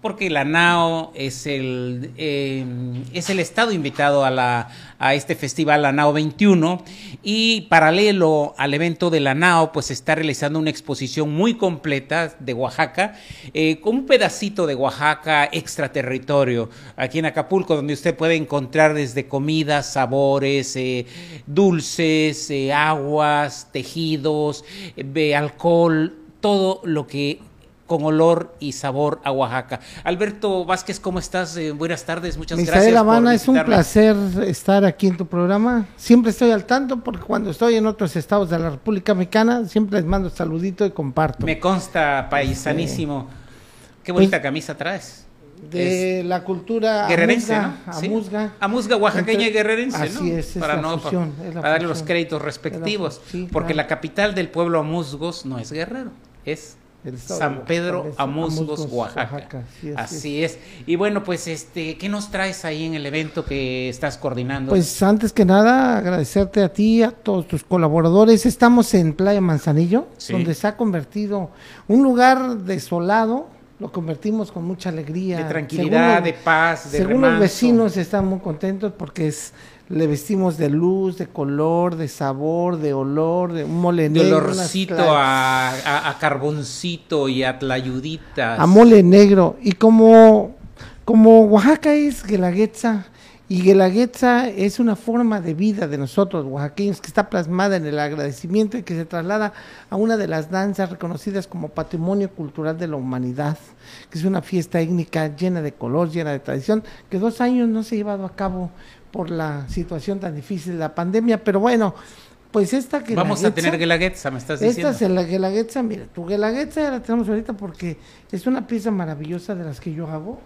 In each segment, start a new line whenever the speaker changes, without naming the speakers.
porque la NAO es el, eh, es el estado invitado a, la, a este festival, la NAO 21, y paralelo al evento de la NAO, pues se está realizando una exposición muy completa de Oaxaca, eh, con un pedacito de Oaxaca extraterritorio, aquí en Acapulco, donde usted puede encontrar desde comidas, sabores, eh, dulces, eh, aguas, tejidos, eh, alcohol, todo lo que con olor y sabor a Oaxaca. Alberto Vázquez, ¿cómo estás? Eh, buenas tardes, muchas
Misael
gracias.
Habana, es un placer estar aquí en tu programa. Siempre estoy al tanto porque cuando estoy en otros estados de la República Mexicana, siempre les mando saludito y comparto.
Me consta, paisanísimo. Qué bonita pues, camisa traes.
De es la cultura
guerrerense, amuzga, ¿no? ¿Sí? amuzga, amuzga. oaxaqueña y guerrerense,
así
¿no?
Es, es
para
la
no
fusión,
para,
es la
para darle los créditos respectivos, la sí, porque claro. la capital del pueblo amuzgos no es Guerrero, es San Pedro Amuzgos, Oaxaca. Oaxaca. Sí, así, así es. es. Y bueno, pues este, ¿qué nos traes ahí en el evento que estás coordinando?
Pues antes que nada, agradecerte a ti, a todos tus colaboradores. Estamos en Playa Manzanillo, sí. donde se ha convertido un lugar desolado. Lo convertimos con mucha alegría.
De tranquilidad, según, de paz, de
Según
remanso.
los vecinos están muy contentos porque es le vestimos de luz, de color, de sabor, de olor, de un mole
de
negro.
De olorcito a, a, a, carboncito y a tlayuditas.
A mole negro. Y como, como Oaxaca es guelaguetza, y guelaguetza es una forma de vida de nosotros, oaxaqueños, que está plasmada en el agradecimiento y que se traslada a una de las danzas reconocidas como Patrimonio Cultural de la Humanidad, que es una fiesta étnica llena de color, llena de tradición, que dos años no se ha llevado a cabo por la situación tan difícil de la pandemia, pero bueno, pues esta que
Vamos a tener Guelaguetza, me estás diciendo.
Esta es la Guelaguetza, mira, tu Guelaguetza ya la tenemos ahorita porque es una pieza maravillosa de las que yo hago.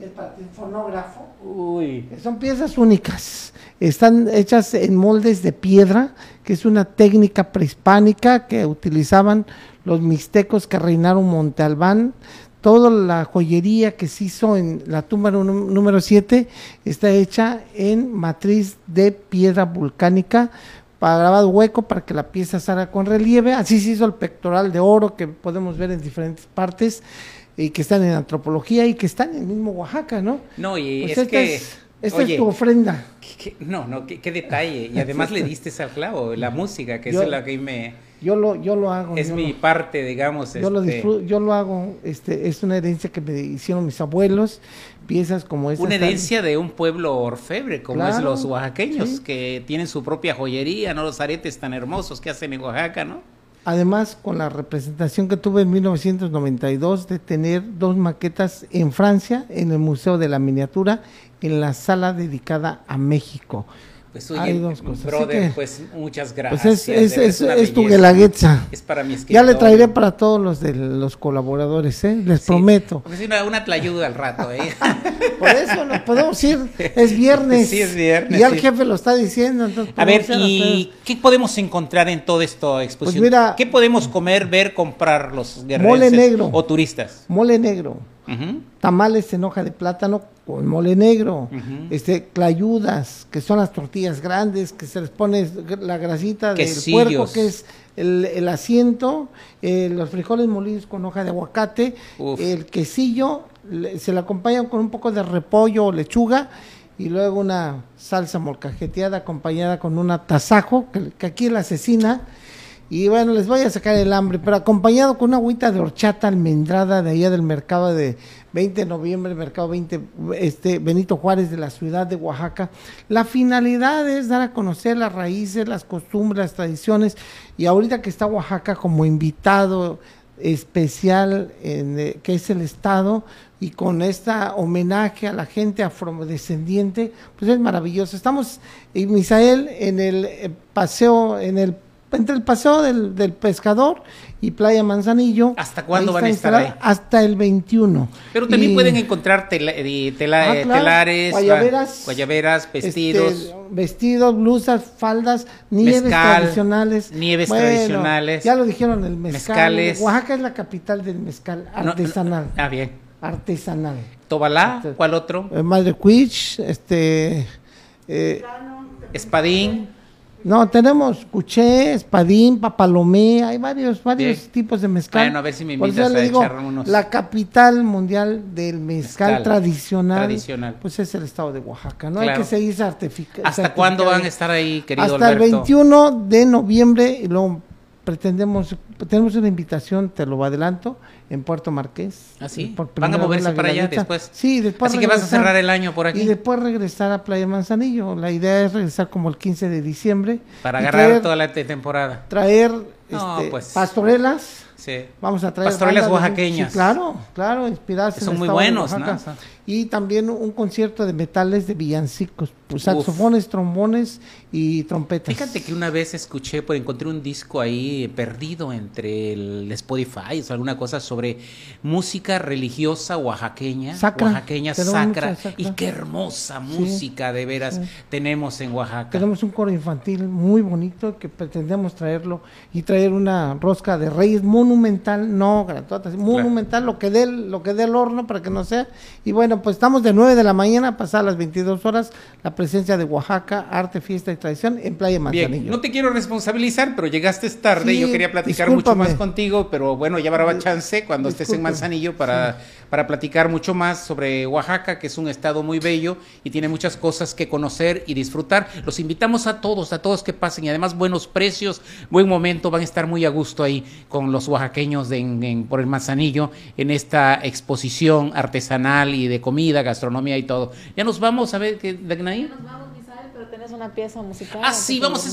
Es para ti, fonógrafo.
Uy.
Son piezas únicas. Están hechas en moldes de piedra, que es una técnica prehispánica que utilizaban los mixtecos que reinaron Monte Albán toda la joyería que se hizo en la tumba número 7 está hecha en matriz de piedra volcánica para grabado hueco para que la pieza salga con relieve. Así se hizo el pectoral de oro que podemos ver en diferentes partes y que están en antropología y que están en el mismo Oaxaca, ¿no?
No, y pues es esta que... Es,
esta oye, es tu ofrenda.
Que, que, no, no, qué, detalle. Y además le diste al clavo, la música, que yo, es la que me
yo lo yo lo hago
es mi pues,
lo,
parte digamos
yo este... lo disfruto, yo lo hago este es una herencia que me hicieron mis abuelos piezas como esta
una herencia están... de un pueblo orfebre como claro, es los oaxaqueños sí. que tienen su propia joyería no los aretes tan hermosos que hacen en Oaxaca no
Además, con la representación que tuve en 1992 de tener dos maquetas en Francia, en el Museo de la Miniatura, en la sala dedicada a México.
Pues oye, Hay dos cosas. brother, que, pues muchas gracias.
Pues es, es, es, es tu guelaguetza.
Es para mi
Ya le traeré para todos los de los colaboradores, ¿eh? Les sí. prometo.
Pues una, una tlayuda al rato, ¿eh?
Por eso nos podemos ir. Es viernes.
Sí, es viernes.
Y ya
sí.
el jefe lo está diciendo. Entonces
a ver, ¿y a qué podemos encontrar en toda esta exposición?
Pues mira,
¿Qué podemos comer, ver, comprar los guerreros?
Mole negro.
O turistas.
Mole negro. Uh -huh. Tamales en hoja de plátano con mole negro. Uh -huh. Este, clayudas, que son las tortillas grandes, que se les pone la grasita
Quesillos.
del puerco, que es el, el asiento, eh, los frijoles molidos con hoja de aguacate, Uf. el quesillo, le, se le acompañan con un poco de repollo o lechuga y luego una salsa molcajeteada acompañada con un tasajo, que, que aquí la asesina. Y bueno, les voy a sacar el hambre, pero acompañado con una agüita de horchata almendrada de allá del mercado de 20 de noviembre, mercado 20, este, Benito Juárez de la ciudad de Oaxaca. La finalidad es dar a conocer las raíces, las costumbres, las tradiciones. Y ahorita que está Oaxaca como invitado especial, en, eh, que es el Estado, y con este homenaje a la gente afrodescendiente, pues es maravilloso. Estamos, en Misael, en el eh, paseo, en el entre el paseo del, del, pescador y Playa Manzanillo.
¿Hasta cuándo van a estar ahí?
Hasta el 21.
Pero también y... pueden encontrar tela, tela, ah, eh, claro. telares,
guayaberas,
guayaberas vestidos. Este,
vestidos, blusas, faldas, nieves mezcal, tradicionales.
Nieves bueno, tradicionales.
Ya lo dijeron, el mezcal. Mezcales. Oaxaca es la capital del mezcal artesanal. No,
no, ah, bien.
Artesanal.
Tobalá, ¿cuál otro?
Madre Cuich, este...
Eh, Espadano,
Espadín.
No, tenemos cuché, espadín, papalomé, hay varios, varios
Bien.
tipos de mezcal.
Bueno, a ver si me
Por eso
invitas
le
a
digo,
echar unos.
La capital mundial del mezcal,
Mezcal.
tradicional,
Tradicional.
pues es el estado de Oaxaca, ¿no? Hay
Claro.
que seguir certificando.
¿Hasta cuándo van a estar ahí, querido
Hasta el
Alberto?
21 de noviembre, y luego pretendemos, tenemos una invitación, te lo adelanto, en Puerto Marqués.
¿Ah, sí?
Por
¿Van a
primera vez
moverse
la
para allá
Glorieta.
después?
Sí, después
Así que vas a
regresar.
cerrar el año por aquí.
Y después regresar a Playa Manzanillo. La idea es regresar como el 15 de diciembre.
Para
y
agarrar
traer-
toda la te- temporada.
traer
No,
este,
pues.
pastorelas.
Sí.
Vamos a traer
Pastorelas
bandas de-
oaxaqueñas.
sí, claro, claro, inspiradas
Son
el
muy
estado de
buenos,
Oaxaca.
¿no? Son-
Y también un concierto de metales de villancicos, pues, saxofones, trombones y trompetas.
Fíjate que una vez escuché, pues encontré un disco ahí perdido entre el Spotify, o alguna cosa sobre música religiosa oaxaqueña,
Sacra.
oaxaqueña
Tenemos
sacra,
mucha sacra.
y qué hermosa música de veras tenemos en Oaxaca.
Tenemos un coro infantil muy bonito que pretendemos traerlo y traer una rosca de reyes monumental, no gratuita, sino monumental, lo que dé el- lo que dé el horno para que no sea. Y bueno, pues estamos de 9 de la mañana pasar las 22 horas la presencia de Oaxaca, arte, fiesta y tradición en Playa Manzanillo.
Bien, no te quiero responsabilizar, pero llegaste tarde y
Sí,
yo quería platicar
discúlpame.
mucho
Eh,
más contigo, pero bueno, ya habrá chance cuando estés en
Discúlpame.
Manzanillo para, para platicar mucho más sobre Oaxaca, que es un estado muy bello y tiene muchas cosas que conocer y disfrutar. Los invitamos a todos, a todos que pasen y además buenos precios, buen momento, van a estar muy a gusto ahí con los oaxaqueños de, en- en- por el Manzanillo en esta exposición artesanal y de comida, gastronomía y todo. Ya nos vamos a ver, ¿qué, Dagnaí?
Nos vamos, Misael, pero tenés una pieza musical.
Ah, sí,
entonces
vamos a